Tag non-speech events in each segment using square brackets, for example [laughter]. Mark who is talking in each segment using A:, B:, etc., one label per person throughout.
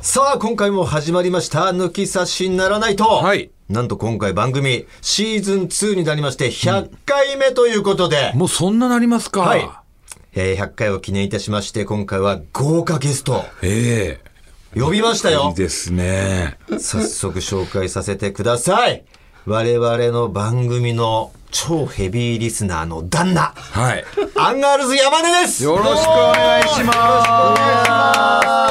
A: さあ、今回も始まりました。抜き差しならないと。
B: はい
A: なんと今回番組シーズン2になりまして100回目ということで、
B: もうそんななりますか。
A: はい。えー100回を記念いたしまして、今回は豪華ゲスト、
B: え
A: 呼びました
B: えい
A: よ
B: い。ですね。
A: 早速紹介させてください。我々の番組の超ヘビーリスナーの旦那、
B: はい。
A: アンガールズ山根です。
B: よろしくお願いしま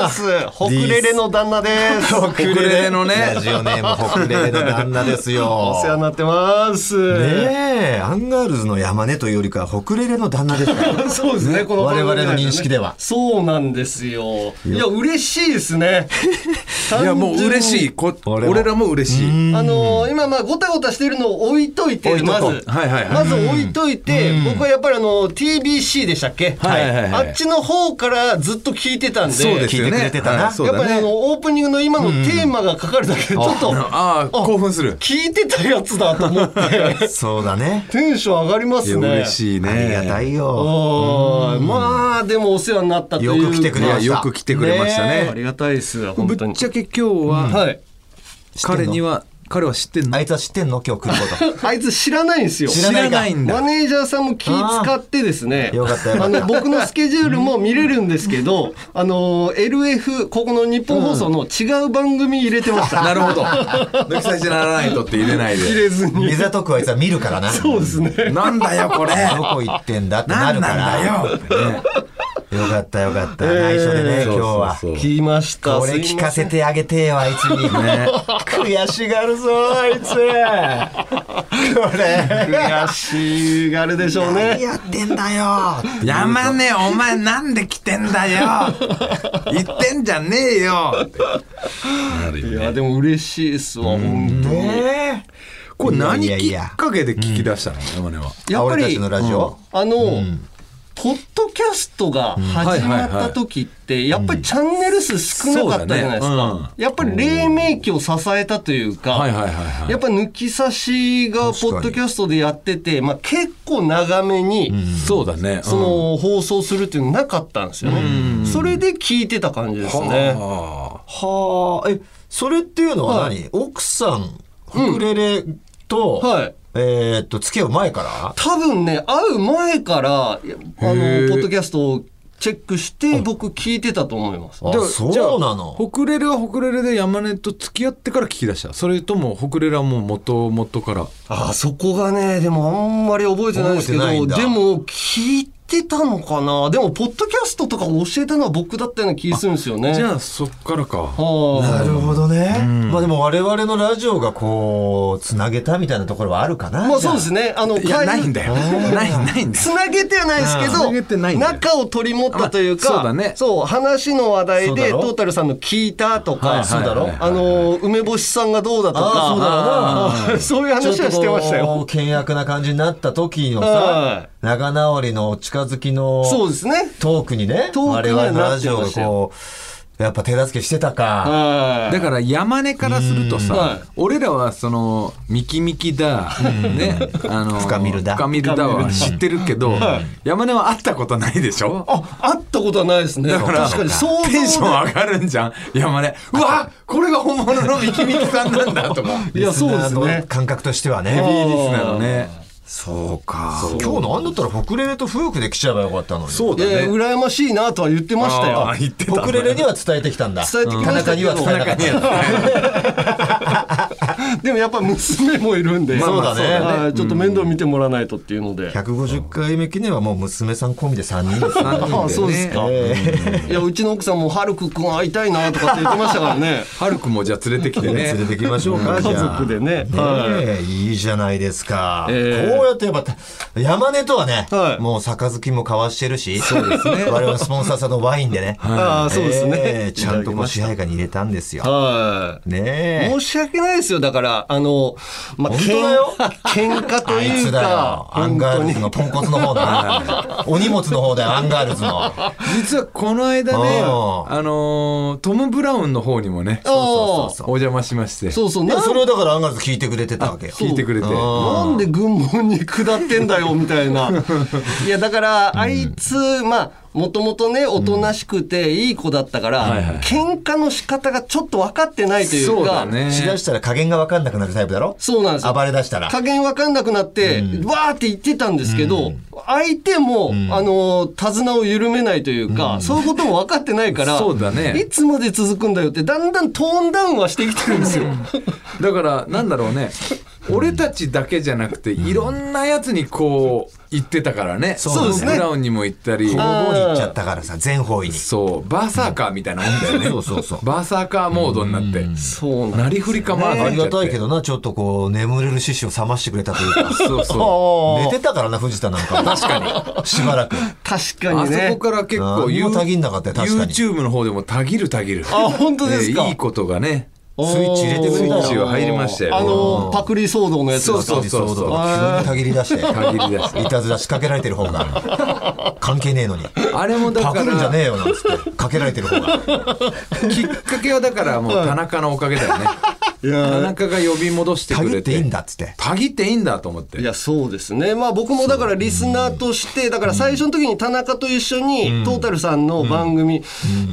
B: す。
C: ほくれれの旦
B: [laughs]
C: 那です。
A: ほく
B: ウクレレのね
A: ラジオネーム、ほくれれの旦那ですよ。
C: お世話になってます。
A: ねえ、アンガールズの山根というよりかは、ほくれれの旦那ですから。
C: そうですね、この
A: 我々の認識では
C: そうなんですよ。いや、嬉しいですね。
B: [laughs] いや、もう嬉しい。こ
A: 俺も
B: 俺らも嬉しい。
C: あのー今まあごたごたしてるのを置いといて
B: 置いと
C: ま
B: こう
C: ず、
B: はいはいはい
C: まず置いといて、僕はやっぱりあの TBC でしたっけ、
B: はいはいはい
C: あっちの方からずっと聞いてたんで
B: そうですよ
A: 聞い
B: ね。
A: てくれてたな
B: はいそう
C: やっぱ
B: だ
C: りあ
B: ね。
C: のオープニングの今のテーマがかかるだけでちょっと、
B: ああ、興奮する。
C: 聞いてたやつだと思っ
A: [laughs]
C: て
A: そうだね。
C: テンション上がりま
B: い
C: す
B: や、
C: ね
B: 嬉しいね。
A: ありがたいよ。
C: あーまあでもお世話になったという
A: よく来てく
B: い
A: れま
B: や、
A: した
B: よく来てくれました
C: あり
B: ね。
C: がたいです本
B: ぶ
C: 当
B: っ
C: に
B: ちゃけ今日は、
C: はい
B: 彼に
A: は。
B: は、彼は知ってんの
A: あいつは知ってんの今日来るこ
C: あいつ知らないんですよ
A: 知らないか
B: んだ
C: マ。ネージャーさんも気使ってですね
A: あーよかったよか
C: あ
A: った
C: の僕のスケジュールも見れるんですけどあの LF ここの日本放送の違う番組入れてました、
B: なるほど。抜き差しならないとって入れない
C: 入
B: で。
C: れ
A: [laughs]
C: ず
A: と。
C: に
A: 目ざとくあいつは見るからな。
C: そうですね
B: なんだよ、これ。
A: どこ行ってんだってな
B: なん
A: るか
B: なんだ
A: ら。
B: よ。ね
A: よかったよかった。内緒でね、今日は。
B: そうそうそう
C: 聞きました
A: これ聞かせてあげてよ、あいつに。悔しがるぞ、あい [laughs] つ。これ。
C: 悔しがるでしょうね
A: 何やってんだよ。
B: 山根お前なんで来てんだよ言ってんじゃねえよ
C: いやでも嬉しいですわ本当に
A: ね
B: これ何
A: いやいや
B: き
A: いや
B: っかけで聞き出したの、山根は
A: え。
C: やっぱ
A: 俺た
C: り
A: ちのラジオ。
C: あの、ポッドキャストが始まった時って、やっぱりチャンネル数少なかったじゃないです
B: そうだね
C: か。やっぱり黎明期を支えたというか、
B: はいはいはいはい
C: やっぱ抜き差しがポッドキャストでやってて、まあ結構長めに、
B: そうだね
C: その放送するっていうのなかったんですよね。それで聞いてた感じですね。
B: あ
A: はあ、え、それっていうのは何、奥さん、ウクレレと、
C: はい。
A: えーっと、付き合う前から
C: 多分ね、会う前から、あの、ポ
B: ー
C: ッドキャストをチェックして、僕聞いてたと思います。
A: あ、そうなの
B: ほくれるはほくれるで山根と付き合ってから聞き出したそれともほくれるはもう元々から
C: あーそこがねでもあんまり覚えてないですけど
A: 覚えてないんだ
C: でも聞いてたのかなでもポッドキャストとか教えたのは僕だったような気するんですよね
B: じゃあそっからか
C: は
A: なるほどね。まあでも我々のラジオがこう、つなげたみたいなところはあるかな。。
C: あまあそうですすねあの
B: いやないんだよないないんだよ
C: つなげてはないですけ
B: うん繋げて
C: ど
B: ないんだよ
C: 中を取り持ったというか、
B: まあそうだね
C: そう話の話題
A: そうだ
C: で
A: ろ
C: トータルさんの聞いたと
B: はい
C: か
B: はいはいはい
C: あの梅干しさんがどうだと
A: あーそうだろう
C: か
A: な
C: [laughs] そういう
A: ちょっ
C: 話
A: と
C: はしてましたよ
A: こう、険悪な感じになった時の
C: は
A: さ、仲直りのお近づきの
C: そうですね
A: トークにね、
C: トーク
A: 我
C: には
A: 々の
C: な
A: ラ
C: って
A: ジオ
C: ま
A: が
C: したよ
A: こう、やっぱ手助けしてたか。
C: はい
B: だから山根からすると
C: うんは
B: さ
C: い、
B: 俺らはそのミキミキだ、ね、あの
A: 深みるだ
B: 深みるだは知ってるけど、山根は会ったことないでしょ。
C: あ、会ったことはないですね。
B: だから
C: 確かに想像で
B: テンション上がるんじゃん山根。うわ、これが本物のミキミキさんなんだと [laughs] か。
C: いや、そうです
A: リスナー
C: ね
A: の。感覚としては
B: ヘビ
A: ね。
B: ーリスナーのね。
A: そうか。今日なんだったら、ホクレレと夫婦で来ちゃえばよかったのに。
B: そう
C: い
B: だね。
C: や、羨ましいなとは言ってましたよ
B: あ。ー言ってたね。
A: ホクレレには伝えてきたんだ。
C: 伝えてきましたけど
A: 田中には伝えなかった。
C: [laughs] でもやっぱ娘もいるんで、
A: まあまあそうだね
C: はいちょっと面倒見てもらわないとっていうので。
A: 150回目記念はもう娘さん込みで3人ですね。
B: 三人でね
C: [laughs] あそうですか
A: ええ
C: いや、うちの奥さんも、はるくくん会いたいなとかって言ってましたか
A: [laughs]
C: らね。
B: ハルクもじゃあ連れてきてね
A: 連。れてきましょうか、
C: 家
A: じゃあ
C: 族でね。はい。
A: ねえいいじゃないですか。
C: ええ
A: こうやってやっぱ、山根とはね、
C: はい
A: もう杯も交わしてるし、そうですね。我々スポンサーさんのワインでね。
C: ああ、そうです
A: ええ
C: ね。
A: ちゃんとこう支配下に入れたんですよ。
C: はい。
A: ねえ。
C: 申し訳ないですよ。だから、あの、まあ、
A: 本当だよ
C: けん喧嘩と
A: あい
C: い
A: つ
C: う
A: だ
C: か
A: よ。、アンガールズのポンコツの方
C: [laughs]
A: だな。お荷物の方だよ、アンガールズの。
B: 実はこの間ね、
A: あー
B: あのートムブラウンの方にもね、
C: そうそう
B: お邪魔しまして。
C: そうそう、
A: い
C: な
A: や
C: ん
A: それをだからアンガールズ聞いてくれてたわけよ。
B: 聞いてくれて。
C: な
B: [laughs]
C: んで軍門に下ってんだよみたいな。いやだからあいつ、まあもともとねおとなしくていい子だったから、
B: はいはい
C: 喧嘩の仕方がちょっと分かってないというか
B: そうだね
A: しだしたら加減が分かんなくなるタイプだろ
C: そうなんですよ
A: 暴れ出したら。
C: 加減わかんなくなって、わーって言ってたんですけど、相手も、あのー、手綱を緩めないというか、そういうことも分かってないから、
B: そうだね
C: いつまで続くんだよって、だんだんトーンダウンはしてきてる
B: [laughs]
C: んですよ。
B: だからなんだろうね俺たちだけじゃなくていろんなやつにこう言ってたからね
A: そうですね
B: ブラウンにも行ったり
A: 方々に行っちゃったからさ、全方位に。
B: そうバーサーカーみたいなもんだよね
A: そうそうそう
B: バーサーカーモードになって
C: そうなん
B: なりふり構わず
A: あり
B: 行
A: が
B: っち
A: た
B: ゃって
A: いけどな、ちょっとこう、眠れる獅子を覚ましてくれたというか。
B: そうそう
A: 寝てたからな、藤田なんか。確かに。しばらく。
C: [laughs] 確
B: あ
C: かに
B: そこ
C: ね。
B: から結構
A: 何も
B: You-
A: たぎんなかったよ確かに
B: YouTube の方でもたぎるたぎる
C: あ本当ですか
B: えーいいことがね
A: スイッチ入れてくれたよ
B: スイッチは入りましたよ
C: あのー、パクリ騒動のやつですか
B: そうそう
A: そうとか急にたぎり出して。
B: たぎり出す
A: いたずら仕掛けられてる方が。関係ねえのに。
B: あれもだ
A: パ
B: か
A: クるんじゃ
B: ら
A: ねえよなんつって。かけられてる方が。
B: きっかけはだからもう田中のおかげだよね田中が呼び戻して
A: た
B: く
A: ぎっ
B: れ
A: てい
B: て
A: いんだっつって。
B: たぎっていいんだと思って
C: いやそうですね、まあ、僕もだからリスナーとして、だから最初の時に田中と一緒に、トータルさんの番組、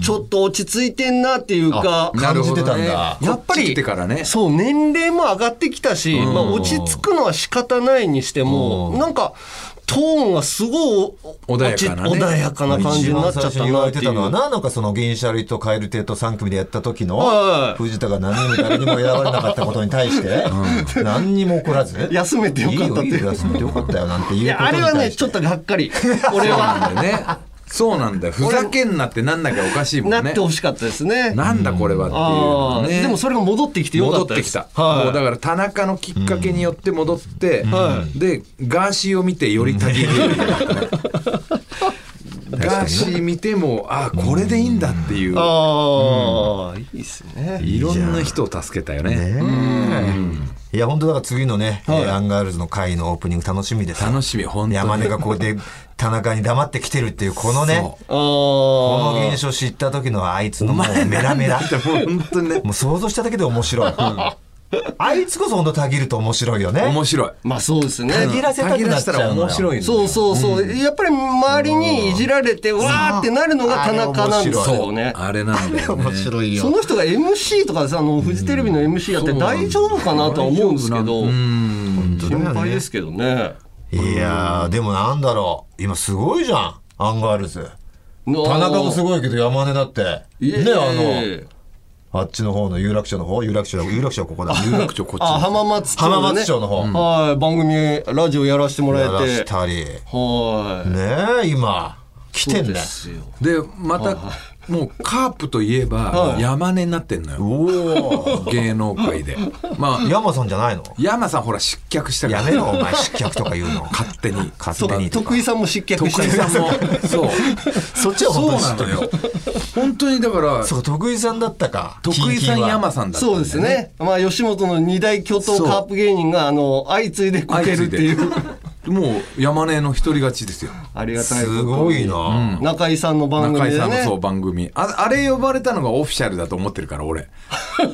C: ちょっと落ち着いてんなっていうか、
A: なるほどね
B: や
C: や
B: っ
C: っ
B: ぱ
C: ぱ
B: り
C: り
B: 来てからね
C: そう年齢も上がってきたし、まあ、落ち着くのは仕方ないにしても、なんかトーンがすごいお
B: 穏やかなね
C: 落ち穏やかな感じになっち
A: 一番
C: ゃっ
A: 最初
C: た
A: に言わ
C: なっ
A: れ
C: て
A: て
C: い
A: たのは
C: う。
A: な、なんかその銀シャリとカエル亭と3組でやった時
C: は
A: の、
C: い
A: 藤田が何にも誰にも選ばれなかったことに対して、何にも怒らず。
C: 休めてよかったって
A: いいよ
C: いう
A: いいよ休めてよかったよなんて
C: い
A: いう
C: や
A: こと
C: あれ
A: に
C: はね
A: 対し
C: ちょ
A: て
C: っとがっかり俺
B: そうな
C: は
B: んだよねそうなんだ [laughs] よふざけんなってなんなきゃおかしいも
C: な
B: [laughs]
C: ん
B: ね
C: ってほしかったですね
B: なんだこれはっていうの
C: あ
B: が
C: あ、
B: ね
C: でもそれが戻ってきてよか
B: 戻
C: っ
B: ったて
C: で
B: き
C: す
B: た、もうだ
C: は
B: から田中のきっかけによって戻って、でガーシーを見てよりたぎる [laughs] ようになったねガーシー見てもああこれでいいんだっていう
C: い、ああ、いいですね
B: いろんな人を助けたよね
A: いや本当だから次のね、えーアンガールズの会のオープニング楽しみです
B: 楽しみ本当に
A: 山根がこうで田中に黙ってきてるっていうこのね
B: そ
C: あ
A: こ
C: あ
A: の現象知った時のあいつのもうメラメラ
B: うもう本当にね
A: もう想像しただけで面白い、あいつこそ本当たぎると面白いよね
B: 面白い
C: まあそうですね
A: たぎらせたくなっち
B: た
A: ゃうの
B: ら
A: よ
B: 面白いのよ
C: そうそうそう、やっぱり周りにいじられてわーってなるのが田中なんですよね
B: あれなんだよね
A: 面白い
C: そ
A: よ
C: の人が MC とかでさあのフジテレビの MC やって大丈夫かなとは思うんですけど心配ですけどね
A: いやーでもなんだろう今すごいじゃんアンガールズ田中もす
C: い
A: ごいけど山根だってねあの
C: ね
A: あっちの方の有楽町の方有楽町だ有楽町はここだ
B: 有楽町こっち
C: あのあ浜松町
A: 浜松町の方
C: はい番組ラジオやらせてもらえ
A: やらしてたりね
C: はい
A: え今来て
C: そ
A: ん
C: うで
A: だよ
C: すよ
B: でまたもうカープといえば
C: はい
B: 山根になってんのよ
A: おお
B: 芸能界でまあ
A: 山さんじゃないの
B: 山さんほら失脚したから
A: やめろお前失脚とか言うの
B: 勝手に
A: 勝
C: と
A: 手にとか
C: 徳井さんも失脚
B: 徳
C: して
B: 井さんもそう
A: そっちは
B: そう
A: 本当に知
B: な
A: って
B: の
A: るよ
B: よ本当にだから
A: そう徳井さんだったか
B: 徳井さん山さんだったんだよ
C: そうですねまあ吉本の二大巨
B: そ
C: 頭
B: う
C: カープ芸人があの相次いでこけるっていう
B: 相次いでもう山根の独り勝ちですよ
C: ありがたいことに
A: すごいな
C: 中井さんの番
B: 中
C: 組
B: 井
C: で
B: さんの
C: ね
B: そう番組ああれ呼ばれたのがオフィシャルだと思ってるから俺あ
C: あ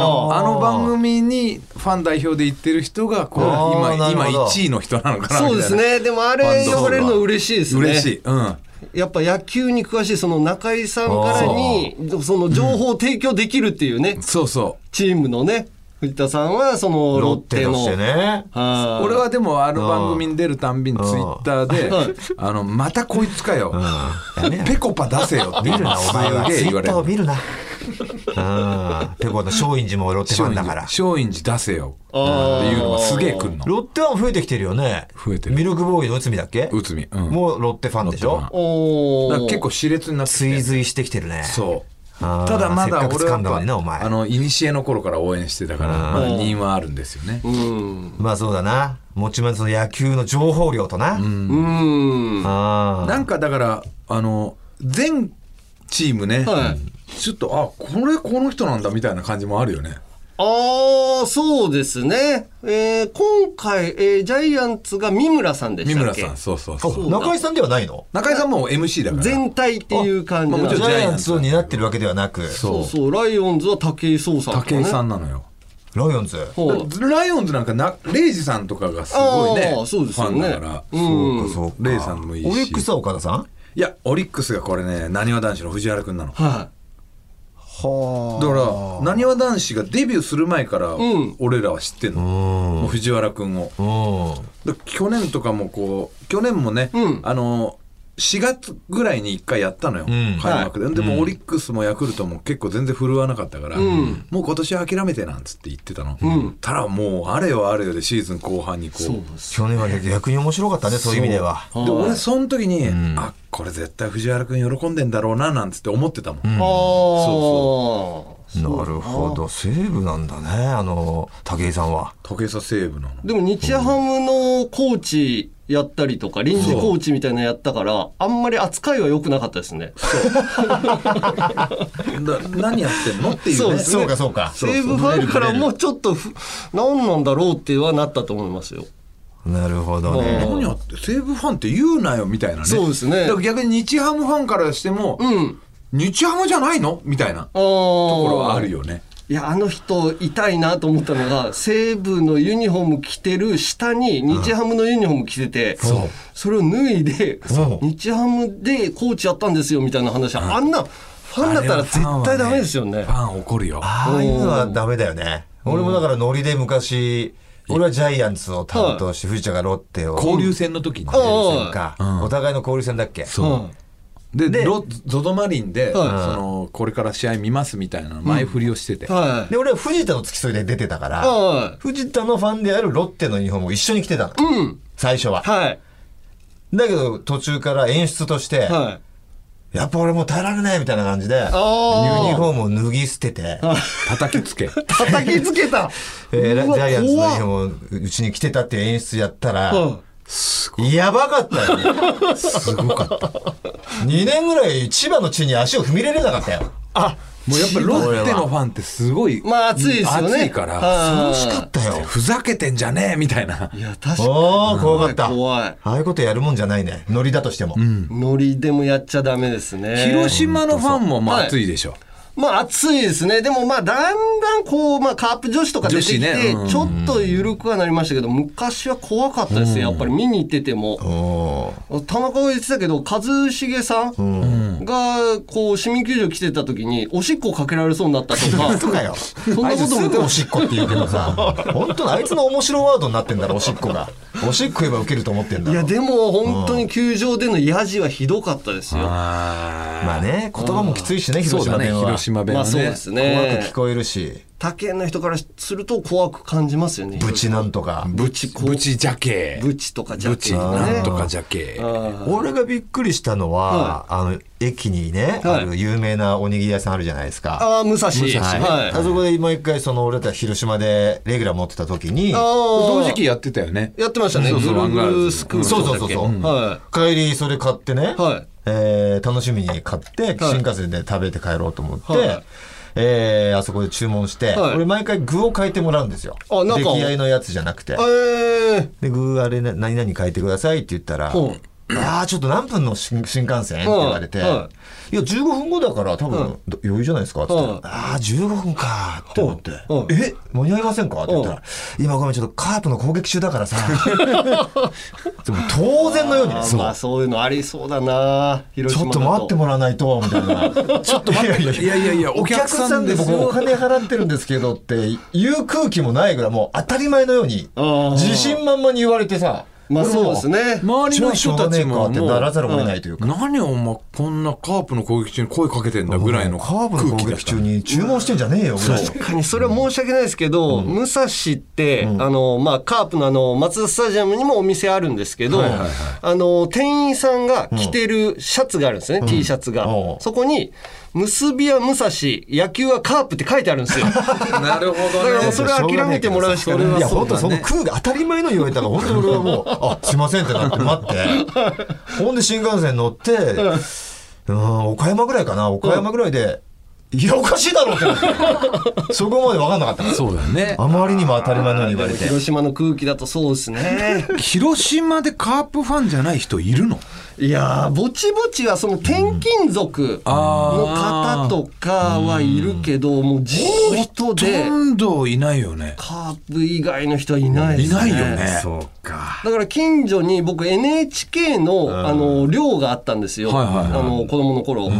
B: のあの番組にファン代表で行ってる人がこう
A: あー
B: 今
A: なる
B: 今
A: ほど
B: 1位の人なのかなみたいな
C: そうですねでも
B: バン
C: あれ
B: ド
C: 呼ばれるの嬉しいですね
B: 嬉しいうん
C: やっぱ野球に詳しいその中井さんからにその情報を提供できるっていうね、
B: そうそう
C: チームのね藤田さんはその
A: ロ
C: ロ
A: ッ
C: ッ
A: テ
C: テ
A: と
C: の
A: してね
C: はい
B: 俺はでもあの番組に出るたんびにツイッターで「あのまたこいつかよ
A: やめろ
B: ペコパ出せよ」って
A: 見
B: す
A: るなお前は
B: げ
A: ツイ
B: え言わ
A: ッ
B: れ
A: ターを見
B: る
A: るなうんペコの松陰寺もロッテファンだから
B: 松陰寺出せよって
C: あー
B: いうのがすげえくんの
A: ロッテファン増えてきてるよね
B: 増えてる
A: ミルクボーイの内海だっけ
B: 内海うん
A: もうロッテファンでし
B: ロッ
A: ょ
B: テファン
C: おー
B: だから結構熾烈になってきて
A: 追随してきてるね
B: そう
A: あー
B: ただまだ
A: せっかく
B: 俺は
A: 掴んだのになお前
B: あの古の頃から応援してたからまだ人はあるんですよね
C: うん
A: まあそうだな持ち前のその野球の情報量とな
C: うん
A: あ
B: なんかだからあの全チームね
C: は
B: ちょっとあこれこの人なんだみたいな感じもあるよね
C: ああ、そうですね。えー今回、えージャイアンツが三村さんで
B: 三
C: したっ
B: 村
C: け
B: さんそうそう
A: あ
B: そ
A: あ
B: う
A: 中井さんではないの
B: 中井さんも MC だから
C: 全体っていう感じ
B: あまあも
C: の
B: ち
A: ジ
B: ろん
A: ャイアンツを担ってるわけではなく
B: そ
C: そううそう、ライオンズは武井壮さんとか、
B: 武井さ
C: ん。
B: んなのよ
A: ライオンズ
C: そう
B: ライオンズなんかなレイジさんとかがすごいね
C: あーそうですよね
B: ファンだから
C: うん
A: そうか
B: レイさんもいいし
A: オリックスは岡田さん
B: いやオリックスがこれねなにわ男子の藤原君なのだか
C: は
A: は
B: らなにわ男子がデビューする前から
C: ん
B: 俺らは知ってんの、もう藤原君を
A: うん
B: で去年とかもこう去年もね、
C: うん
B: あの4月ぐらいに1回やったのよ、
A: ん
B: 開幕で、でもオリックスもヤクルトも結構全然振るわなかったから、
C: ん
B: もう今年は諦めてなんつって言ってたの、ただもうあれよあれよでシーズン後半にこう
C: い。
A: 去年はね逆に面白かったねそういう意味では
B: で俺その時に、あこれ絶対藤原君喜んでんだろうななんつって思ってたもん、
C: ああ。そ
A: な
C: う
A: るほど西武なんだねあの武井さんは
B: 時計差セーブなの
C: でも日ハムのコーチやったりとか、臨時コーチみたいなのやったから、あんまり扱いは良くなかったですね。
B: だ [laughs] 何やってんのっていうね
C: そうですねそうか
A: そうか
C: 西武ファンからもちょっとふ、何なんだろうってはなったと思いますよ。
A: なるほどね
B: 何やって西武ファンって言うなよみたいなね
C: そうですね
B: だから逆に日ハムファンからしても、
C: うん。
B: 日ハムじゃないのみたいな
C: ああ。と
B: とこ
C: こ
B: ろはあるよね
C: いや、あの人、痛いなと思ったのが、西武のユニフォーム着てる下に、日ハムのユニフォーム着てて、
A: そう
C: それを脱いで、
A: うん
C: 日ハムでコーチやったんですよ、みたいな話。あんな、ファンだったら絶対ダメですよね
B: フ。ァン怒るよ
A: ああいうのはダメだよね俺もだからノリで昔俺はジャイアンツを担当して藤ちゃんがロッテを
B: 交流戦の時に
C: あ
B: ね
A: 戦かお互いの交流戦だっけ
B: そうで
A: で
B: ロゾゾマリンで、
C: はい
B: そのこれから試合見ますみたいな前振りをしてて、
C: はい。
A: で俺は藤田の付き添いで出てたから
C: はい
A: 藤田のファンであるロッテのユニフォームを一緒に着てたの
C: うん。
A: 最初は
C: はい。
A: だけど途中から演出として
C: はい。
A: やっぱ俺もう耐えられないみたいな感じでユニフ
C: ー
A: ォームを脱ぎ捨てて
B: 叩きつ
C: [laughs]
B: け
A: 叩きつけた、 [laughs] えー
C: うわ
A: ジャイアンツのユニフォームをうちに着てたっていう演出やったら、
C: は
A: やばかったよ、ね、
B: すごかった
A: 2年ぐらい千葉の地に足を踏み入れれなかったよ
C: あ、
B: もうやっぱロッテのファンってすごい
C: まあ暑いですよね。
B: 熱いから
C: はい
A: 楽しかったよ
B: ふざけてんじゃねえみたいない
C: や、確かに。
A: おお怖かった
C: 怖い
A: ああいうことやるもんじゃないねノリだとしても、
C: ノリでもやっちゃダメですね。
B: 広島のファンもまあ
C: はい
B: 熱いでしょ、
C: まあ暑いですね。でもまあだんだんこう、まあカープ女子とか出てきて、
B: 女子ねうん
C: ちょっと緩くはなりましたけど、昔は怖かったですね。やっぱり見に行ってても。
A: おー
C: 田中が言ってたけど、一茂さんが、こう、市民球場来てた時に、おしっこかけられそうになったと
A: [laughs]
C: か。
A: 嘘かよ
C: そんなことも
A: あいつすぐおしっこって言うけどさ本当のあいつの面白ワードになってんだろおしっこがおしっこ言えばウケると思ってんだ
C: い
A: ろ
C: や、でも本当に球場でのヤジはひどかったですよ。
B: あ
A: まあね言葉もきついしね
B: そ
A: 広島
B: うだね
A: 弁は、
B: 広島弁
C: ま
B: は
C: あそう
B: ね,、
C: です
A: 怖
C: ね
A: く聞。こえるし
C: 他県の人からすると怖く感じますよね。
A: ブチなんとか
C: ブチこう
B: ブチジャケ
C: ブチとかジャ
B: ブ
C: ッキ
B: チ
C: とか
B: な
C: ね
B: ん。とかジャケ
A: 俺がびっくりしたのは、あの駅にね、
C: は
A: あ
C: い
A: る有名なおにぎり屋さんあるじゃないですか。
C: ああ、武蔵。
A: はい
C: はい。
A: あそこで毎回その俺たち広島でレギュラー持ってた時に
B: 同
C: 同
B: 時期やってたよね
C: やってましたね。
B: そ
C: グ
B: うそう
C: ル
B: ワンガー
C: グ
B: ル
C: ル
B: ズ
C: スクール
A: そうそう
C: だ
A: そ
C: っ
A: う
C: け
A: そう、
C: は
A: 帰りそれ買ってね、
C: はい
A: えー楽しみに買って新幹線で食べて帰ろうと思って、
C: はい
A: えーあそこで注文して、
C: はい
A: 俺毎回具を変えてもらうんですよ
C: あなん
A: 出
C: か
A: 来合いのやつじゃなくて
C: い。ええ。
A: で、具あれな、何々変えてくださいって言ったら、
C: ほう
A: ああ、ちょっと何分の新新幹線って言われて、、
C: はいはい
A: や、15分後だから多分、
C: はい
A: ど余裕じゃないですかって言ったら、
C: はい
A: ああ、15分かーって思って、
C: はい
A: え間に合いませんかって言ったら、今ごめん、ちょっとカープの攻撃中だ
C: [laughs]
A: からさ、でも当然のようにね、
C: まあそういうのありそうだな。広
A: ちょ
C: 島
A: っ
C: だと
A: と待ってもらわないと、みたい
C: [laughs]
A: な。ちょっと待って、いや
B: いやいやいや
A: お客さんで
B: お客
A: 僕
B: さんですよ
A: お金払ってるんですけどっていう空気もないぐらい、もう当たり前のように、
C: あー
A: 自信満々に言われてさ、
C: まあそうですね。
B: 周りの人
A: 超
B: たちも
A: しょうがねえかってならざるを得ないというか。
B: 何お前こんなカープの攻撃中に声かけてんだぐらいの
A: カー
B: 空
A: ブの攻
B: 気だっ
A: 撃
B: た
A: [laughs] 中に注文してんじゃねえよ、ぐらいの
C: 確かにそれは申し訳ないですけど、武蔵って、あのまあ、カープのあの松田スタジアムにもお店あるんですけど、あの店員さんが着てるシャツがあるんですね、T シャツが、
A: おう
C: そこに「結びは武蔵野球はカープ」って書いてあるんですよだか
B: なるほ
C: らもうそれ
B: どね
C: は諦めてもらうしかない
A: いや、本当
B: そ
A: そう
B: だ
A: の
B: ね
A: 空が当たり前の言われたから、本当に俺はもう、あ、すいませんってなって待 [laughs] って。ほんで新幹線乗って、うん、岡山ぐらいかな、岡山ぐらいで、いやおかしいだろうってなってそこまで分かんなかったから
B: そうだよね
A: あまりにも当たり前のように言われて
C: 広島の空気だとそうですね。
B: 広島でカープファンじゃない人いるの
C: いやー、ぼちぼちはその転勤族の方とかはいるけど、もう地の人で
B: ほとんどいないよね
C: カープ以外の人はいないです
B: い
C: ね。
B: ないよね
A: そうか
C: だから近所に僕 NHK のあの寮があったんですよ、
B: はいはいはい
C: あの子供の頃、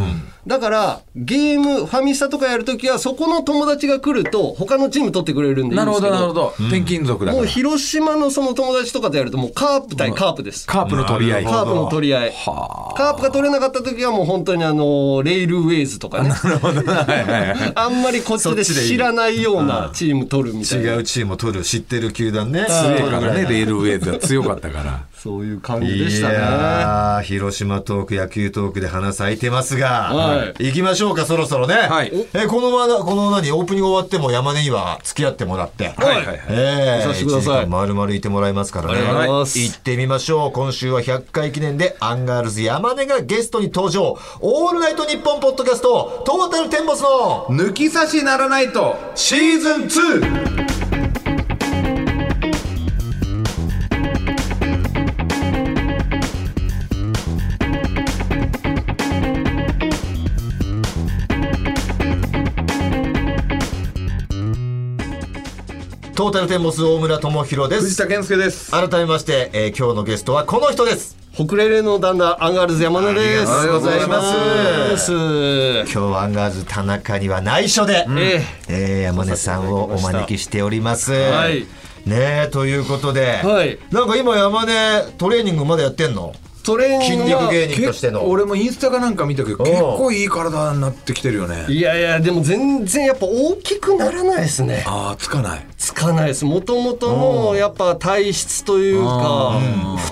C: だからゲームファミスタとかやるときはそこの友達が来ると他のチーム取ってくれるんでいい
B: なんるほ
C: ですけ
B: どな
C: ど
B: るほど転勤族だか
C: もう
B: ら
C: 広島のその友達とかとやるともうカープ対カープです、
B: カープの取り合い
C: カープの取り合い
B: は
C: カープが取れなかった時はもう本当にあのレイルウェイズとか
B: [laughs]
C: ね
B: はいはいはい
C: あんまりこっちで知らないようなチーム取るみたいな
A: 違うチームを取る知ってる球団ね
B: 強い
A: 取る
B: か
A: ぐ
B: ら
A: らい
B: ねレールウェイズは強かったから
C: そういう感じで
A: い
C: したね
A: やー広島トーク野球トークで花咲いてますが、
C: はい
A: 行きましょうかそろそろね、
B: はい
A: えこのままこの何オープニング終わっても山根には付き合ってもらって
B: はいはいはい
A: えー、
C: お察しください
A: 1時間丸々いてもらいますからね
C: ありがとうございます
A: 行ってみましょう今週は100回記念でアンガールズ山根がゲストに登場「オールナイトニッポン」ポッドキャストトータルテンボスの
B: 抜き差しならないと
A: シーズン 2! トータルテンボス大村智弘で
B: 藤
A: す
B: 田健介です
A: 改めまして、えー今日のゲストはこの人です
C: 北レレの旦那アンガールズ山根です
A: ありがとうございます
C: すえ
A: 今日はアンガールズ田中には内緒で、
C: え
A: えー山根さんをお招きしております。
C: はい
A: ねえということで、
C: はい
A: なんか今山根トレーニングまだやってんの
C: トレーニ
A: 筋
C: ングは
A: 肉芸人としての。
B: 俺もインスタかなんか見たけど結構いい体になってきてるよね
C: いやいやでも全然やっぱ大きくならないですね
B: ああつかない
C: つかないですもともとのやっぱ体質というか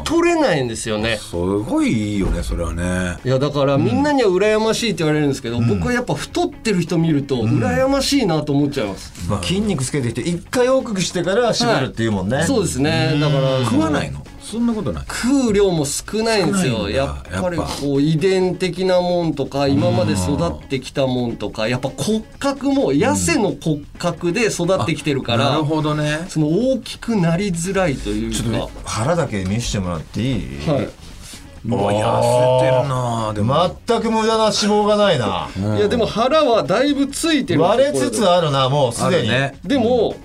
C: 太れないんですよね
B: すごいいいよねそれはね
C: いやだからみんなには羨ましいって言われるんですけど、僕はやっぱ太ってる人見ると羨ましいなと思っちゃいます、
A: まあ、筋肉つけてきて一回大きくしてから締めるっていうもんね。
C: そうですねだから
B: 食わないのそんなことない
C: 食う量も少ないんです
B: 少
C: よ
B: ないんだ
C: やっぱり
B: やっぱ
C: こう遺伝的なもんとか今まで育ってきたもんとかやっぱ骨格も痩せの骨格で育ってきてるから、
B: なるほどね
C: その大きくなりづらいというか
A: ちょっとね腹だけ見せてもらっていい？
C: はい
B: もう痩せてるなでも
A: 全く無駄な脂肪がないな。
C: いやでも腹はだいぶついてるん
A: 割
C: で
A: れ
C: すよ
A: つつあるなもうすでに。
B: あるね
C: これでも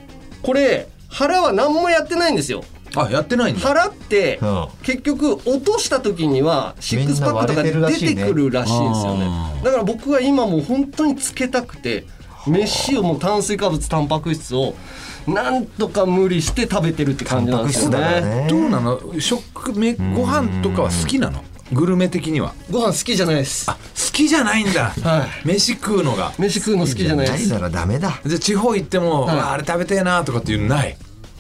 C: これ腹は何もやってないんですよ
B: あやってないんだ
C: 腹って
A: うん
C: 結局落とした時にはシックスパックとか
A: みんな割れてるらしい
C: 出
A: ね
C: てくるらしいんですよね
B: あ
C: だから僕は今もう本当につけたくて飯をもう炭水化物タンパク質をなんとか無理して食べてるって感じなんですよ
A: タンパク質だ
C: ね
A: よね
B: どうなの食めご飯とかは好きなのグルメ的には
C: ご飯好きじゃないです
B: あ好きじゃないんだ
C: は
B: 飯食うのが
C: 飯食うの好きじゃないで
A: ない
C: す
A: ならダメだ。
B: じゃあ地方行っても、
C: はい
B: わああれ食べてえなとかっていうのない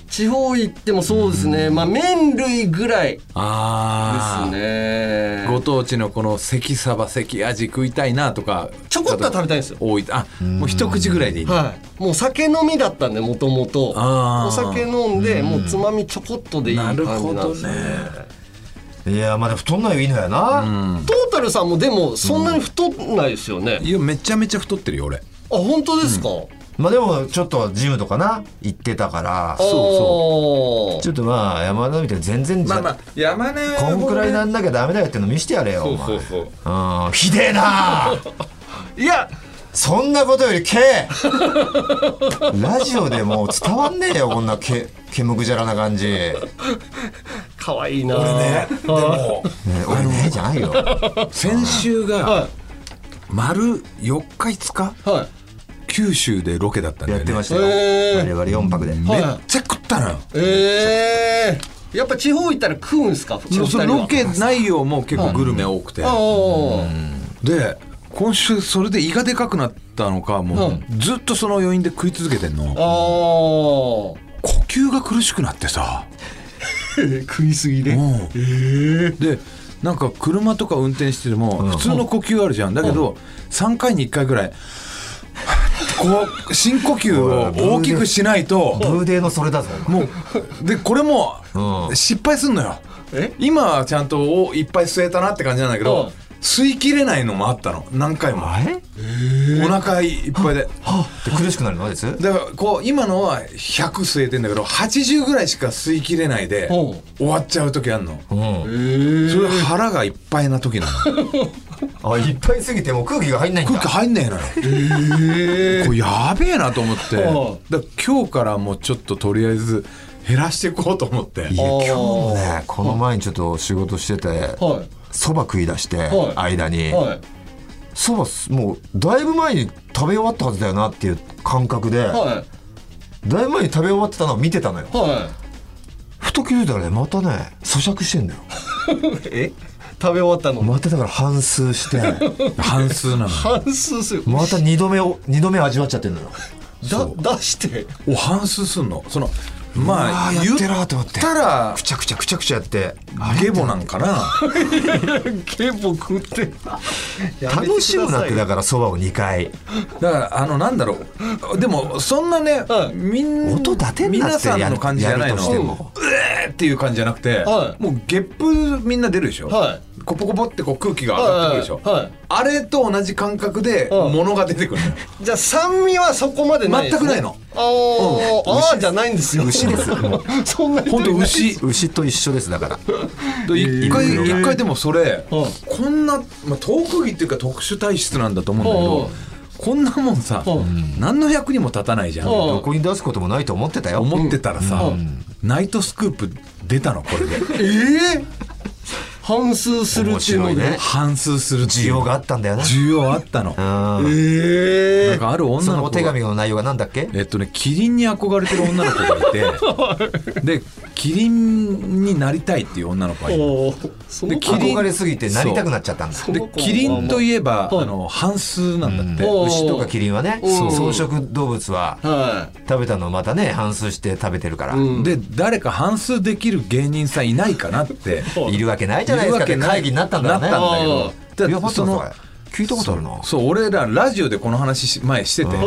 C: 地方行ってもそうですねまあ麺類ぐらいで
B: あ
C: すね
B: ご当地のこの関サバ関アジ食いたいなとか
C: ちょこっとは食べたいんですよ
B: 多いあもう一口ぐらいでいいんだ
C: はい、もう酒飲みだったんでもともと
B: あー
C: お酒飲んでもうつまみちょこっとでいい
B: な
C: 感じ
B: る
C: なん
B: ほど
C: ですよね
B: ね
A: いやまだ太んないよいいのやな。
C: トータルさんもでもそんなに太んないですよね、
B: いやめちゃめちゃ太ってるよ俺
C: あ本当ですか、
A: まあでもちょっとジムとかな行ってたから。
C: そう
A: ちょっとまあ山田みたいに全然じゃ
B: 山根
A: こんくらいなんなきゃダメだよっての見してやれよお前
B: そうそう
A: うんひでえな [laughs]
C: いや
A: そんなことよりけ [laughs] ラジオでもう伝わんねえよこんなけけむくじゃらな感じ、ね、
C: 可愛いな
B: 俺ねでも
A: 俺ねじゃないよ
B: 先週
C: は
B: が
C: い
B: 丸4日5日
C: はい
B: 九州でロケだったんだ
A: や
B: よ
A: っ
B: ね
A: てましたよ、
C: へえ
A: 我々4泊で、
B: め
C: はい
B: っちゃ食ったのよ
C: ええやっぱ地方行ったら食うんすか
B: そうそ
C: お
B: う
C: 二人は
B: ロケ内容も結構グルメ多くて
C: あー
B: で今週それで胃がでかくなったのかも
C: う
B: うずっとその余韻で食い続けてんの
C: あー
B: [laughs] 呼吸が苦しくなってさ
C: 食いすぎで
B: うんでなんか車とか運転してても普通の呼吸あるじゃんだけど3回に1回ぐらいこう深呼吸を大きくしないと
A: ブーデーのそれだぞお前
B: もうでこれも
A: うん
B: 失敗すんのよ
C: え
B: 今はちゃんとおいっぱい吸えたなって感じなんだけ
C: うん
B: ど吸い切れないのもあったの何回もお腹いっぱいで
A: で苦しくなるのあれです
B: だからこう今のは100吸えてんだけど80ぐらいしか吸い切れないで
D: ほ
B: 終わっちゃう時あんの
A: うん
B: それ腹がいっぱいな時なの
A: [laughs] あいっぱいすぎてもう空気が入んないんだ
B: 空気入んねえのよこれやべえなと思ってだ
D: は
B: から今日からもうちょっととりあえず減らしていこうと思って
A: いや今日もねこの前にちょっと仕事してて
D: はい
A: そば食い出して
D: はい
A: 間に
D: はい
A: そばもうだいぶ前に食べ終わったはずだよなっていう感覚で
D: は
A: だいぶ前に食べ終わってたのを見てたのよ
D: いは
A: ふと気づいたらねまたね咀嚼してんだよ
C: え食べ終わったの
A: まただから半数して [laughs]
B: 半数なのよ
D: 半数する
A: また2度目を2度目味わっちゃってんのよ
C: だ出して
B: お半数すんのそのまあ
A: あーや
B: 言
A: ってるな
B: っ
A: と思って
B: たら
A: くちゃくちゃくちゃくちゃやって
B: ゲボなんかな
C: ケボ食って
A: 楽しむなって
C: やめてください
A: だからそばを2回
B: だからあのなんだろうでもそんなね、
D: はい
B: みん
A: 音立てんなって
B: 皆さんの感じじゃない
A: やる
B: の
A: として
B: う
A: も
B: えーっていう感じじゃなくて、
D: はい
B: もうゲップみんな出るでしょ、
D: は
B: コポコポってこう空気が上がってくるでしょ、
D: はいはいはい
B: あれと同じ感覚で物が出て
D: [laughs]
B: くるのよ、
C: じゃあ酸味はそこまでないです
B: 全
C: ね
B: くないの
C: あー、
A: うん
C: あーじゃないんですよ
A: 牛です [laughs] もう
C: そんなに
B: ほんと牛
A: 牛と一緒ですだから
B: 一回一回でもそれ、
D: はい
B: こんな、まあ、遠くぎっていうか特殊体質なんだと思うんだけど、こんなもんさ、
D: はい
B: 何の役にも立たないじゃん、
D: はい
A: どこに出すこともないと思ってたよ
B: 思ってたらさ、
D: うん
B: ナイトスクープ出たのこ
D: [laughs]
B: れで
C: ええ半数する
A: 面
C: っていう
A: 白
C: の
A: い
C: で、
A: ね
B: 反数するっていう
A: 需要があったんだよな
B: 需要あったの。
A: うん
C: え
B: な
C: え
B: んかある女
A: その
B: の
A: お
B: 子が
A: 手紙の内容がなんだっけ
B: えっとねキリンに憧れてる女の子がい [laughs] てでキリンになりたいっていう女の子がいる
C: おーその
B: でキリン
A: 憧れすぎてなりたくなっちゃったんだ
C: う
B: でキリンといえば
D: はい
B: あの半数なんだっ
D: うん
B: て
A: 牛とかキリンはね
C: そう
A: 草食動物は
C: は
A: 食べたのをまたね反数して食べてるから、
C: うん
B: で誰か半数できる芸人さんいないかなって
A: いるわけないじゃないですかって会議になったんだろうね
B: なったんだけど
A: いや
B: で
A: 本当
B: その
A: だ聞いたことあるな
B: そう俺らラジオでこの話し前してて
C: う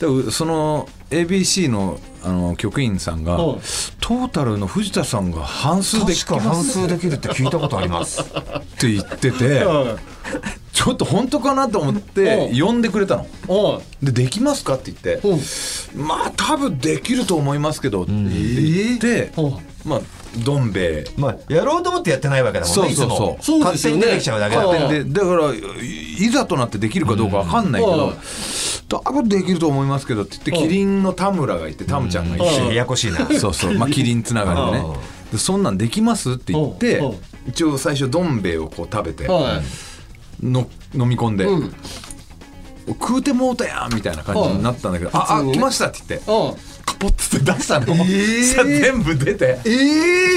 B: でうその ABC のあの局員さん
D: う
B: が
D: ん
B: トータルの藤田さんが半数でき
A: 確か
B: ま
A: 半
B: す
A: 数できるって聞いたことあります [laughs]
B: って言ってて
D: はい
B: ちょっと本当かなと思って呼んでくれたの。
D: は
B: で「できますか?」って言って
D: いはい
B: 「まあ多分できると思いますけど」って言って
D: うん
B: まあどん兵衛
A: まあやろうと思ってやってないわけだもんね
B: そうそうそう
A: いつ
D: そ
A: も
D: うで
A: 勝
D: す
A: 手
D: よ
A: に
D: ね
A: 出てきちゃうだけだって
D: う
B: でだからいいざとなってできるかどうかわかんないけ
D: う
B: ど
D: ん
B: 「多分できると思いますけど」って言ってキリンの田村がいて田村ちゃんがい
D: うん
B: て
A: ややこしいな
B: そうそう、まあ、キリンつながりでねでそんなんできますって言って
D: うんうん
B: 一応最初どん兵衛をこう食べて
D: はい
B: の飲み込んで、
D: うん
B: 食うてもうたやんみたいな感じになったんだけど「ああ来ました」って言って
D: うん
B: カポッつって出したの、 [laughs] さ全部出て
C: え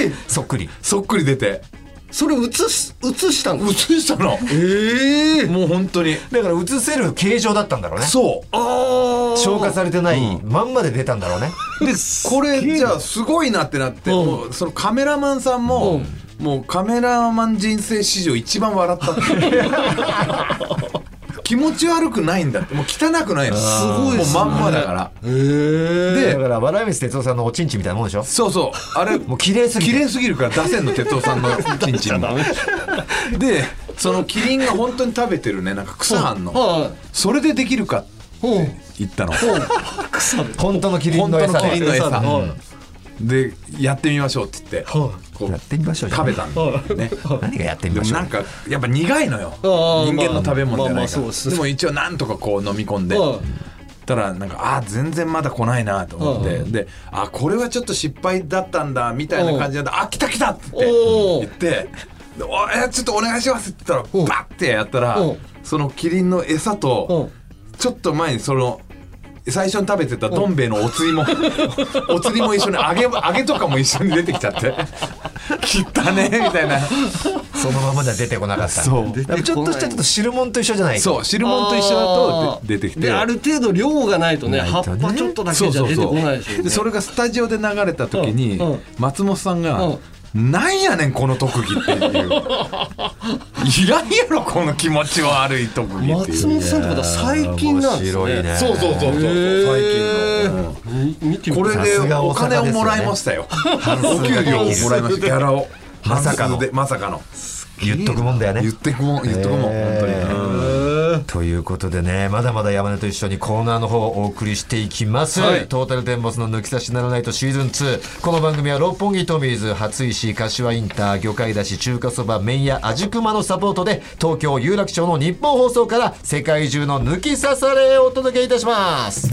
C: え
A: [laughs] そっくり
B: そっくり出て
C: それ映す映したの
B: 映したのええもう本当に
A: だから映せる形状だったんだろうね
B: そう
C: あ
A: 消化されてないまんまで出たんだろうね
B: でこれじゃあすごいなってなって
D: うん
B: もうそのカメラマンさんももうカメラマン人生史上一番笑ったって [laughs] 気持ち悪くないんだってもう汚くないのす
C: ごいっすね
B: もうまんまだから
A: だ
B: で
A: から笑い飯哲夫さんのおちんちみたいなもんでしょ
B: そうそうあ [laughs] れ
A: もう綺麗すぎ
B: 綺
A: て
B: 麗すぎるから出せんの哲夫さんのチンチンもでそのキリンが本当に食べてるねなんか草あんの
D: は
B: それでできるかって
C: [laughs]
B: 言ったの
A: 本当のキリン
B: 本
A: の
B: 当の
A: 餌
B: キリンの餌
A: うん
B: でやってみましょうって言ってこ
A: やってみましょ
B: う
A: う
B: 食べたんだね
A: 何がやってみ
B: で
A: ま
B: も
A: しょ
B: な
A: うん
B: かやっぱ苦いのよ
D: あ
B: 人間の食べ物じゃな
C: まあまあ
B: いか
C: そう
B: ら
C: です
B: でも一応なんとかこう飲み込んで
D: はい
B: たらなんかあー全然まだ来ないなと思ってであーこれはちょっと失敗だったんだみたいな感じであ来た来たって
D: おー
B: 言ってでおえーちょっとお願いしますって言ったらバッてやったら
D: うん
B: そのキリンの餌とちょっと前にその最初に食べてたどん兵衛のお釣
D: [laughs]
B: りもお釣りも一緒に揚げ揚げとかも一緒に出てきちゃ
D: [laughs]
B: って「切ったね」みたいな
A: そのままじゃ出てこなかった
B: そう
A: だからちょっとしたちょっと汁物と一緒じゃない
B: そう汁物と一緒だと
D: あー
B: で出てきて
C: である程度量がないとね
A: ない
C: 葉っ
A: とね
C: ぱちょっとだけじゃ出てこないでしょうね
B: でそれがスタジオで流れた時に、
D: うんうん
B: 松本さんが
D: う
B: 「なんやねんこの特技」っていう「いらんやろこの気持ち悪い特技」って
C: 松
B: いう
C: 本さんってことは最近なんですね
A: 面白いね
C: そうそうそうそう
B: 最近の
D: み見てみ
B: こ
D: たい
B: れでお金をもらいましたよお給料をもらいましたギャラを
A: まさかの
B: 半数でまさかの
A: 言っとくもんだよね
B: 言ってくもん言っとくもん、
A: えー
B: 本当に、
A: ということでねまだまだ山根と一緒にコーナーの方をお送りしていきます、
B: はい
A: トータルテンボスの抜き差しならないとシーズン2この番組は六本木トミーズ初石柏インター魚介だし中華そば麺屋あじくまのサポートで東京有楽町の日本放送から世界中の抜き差されをお届けいたします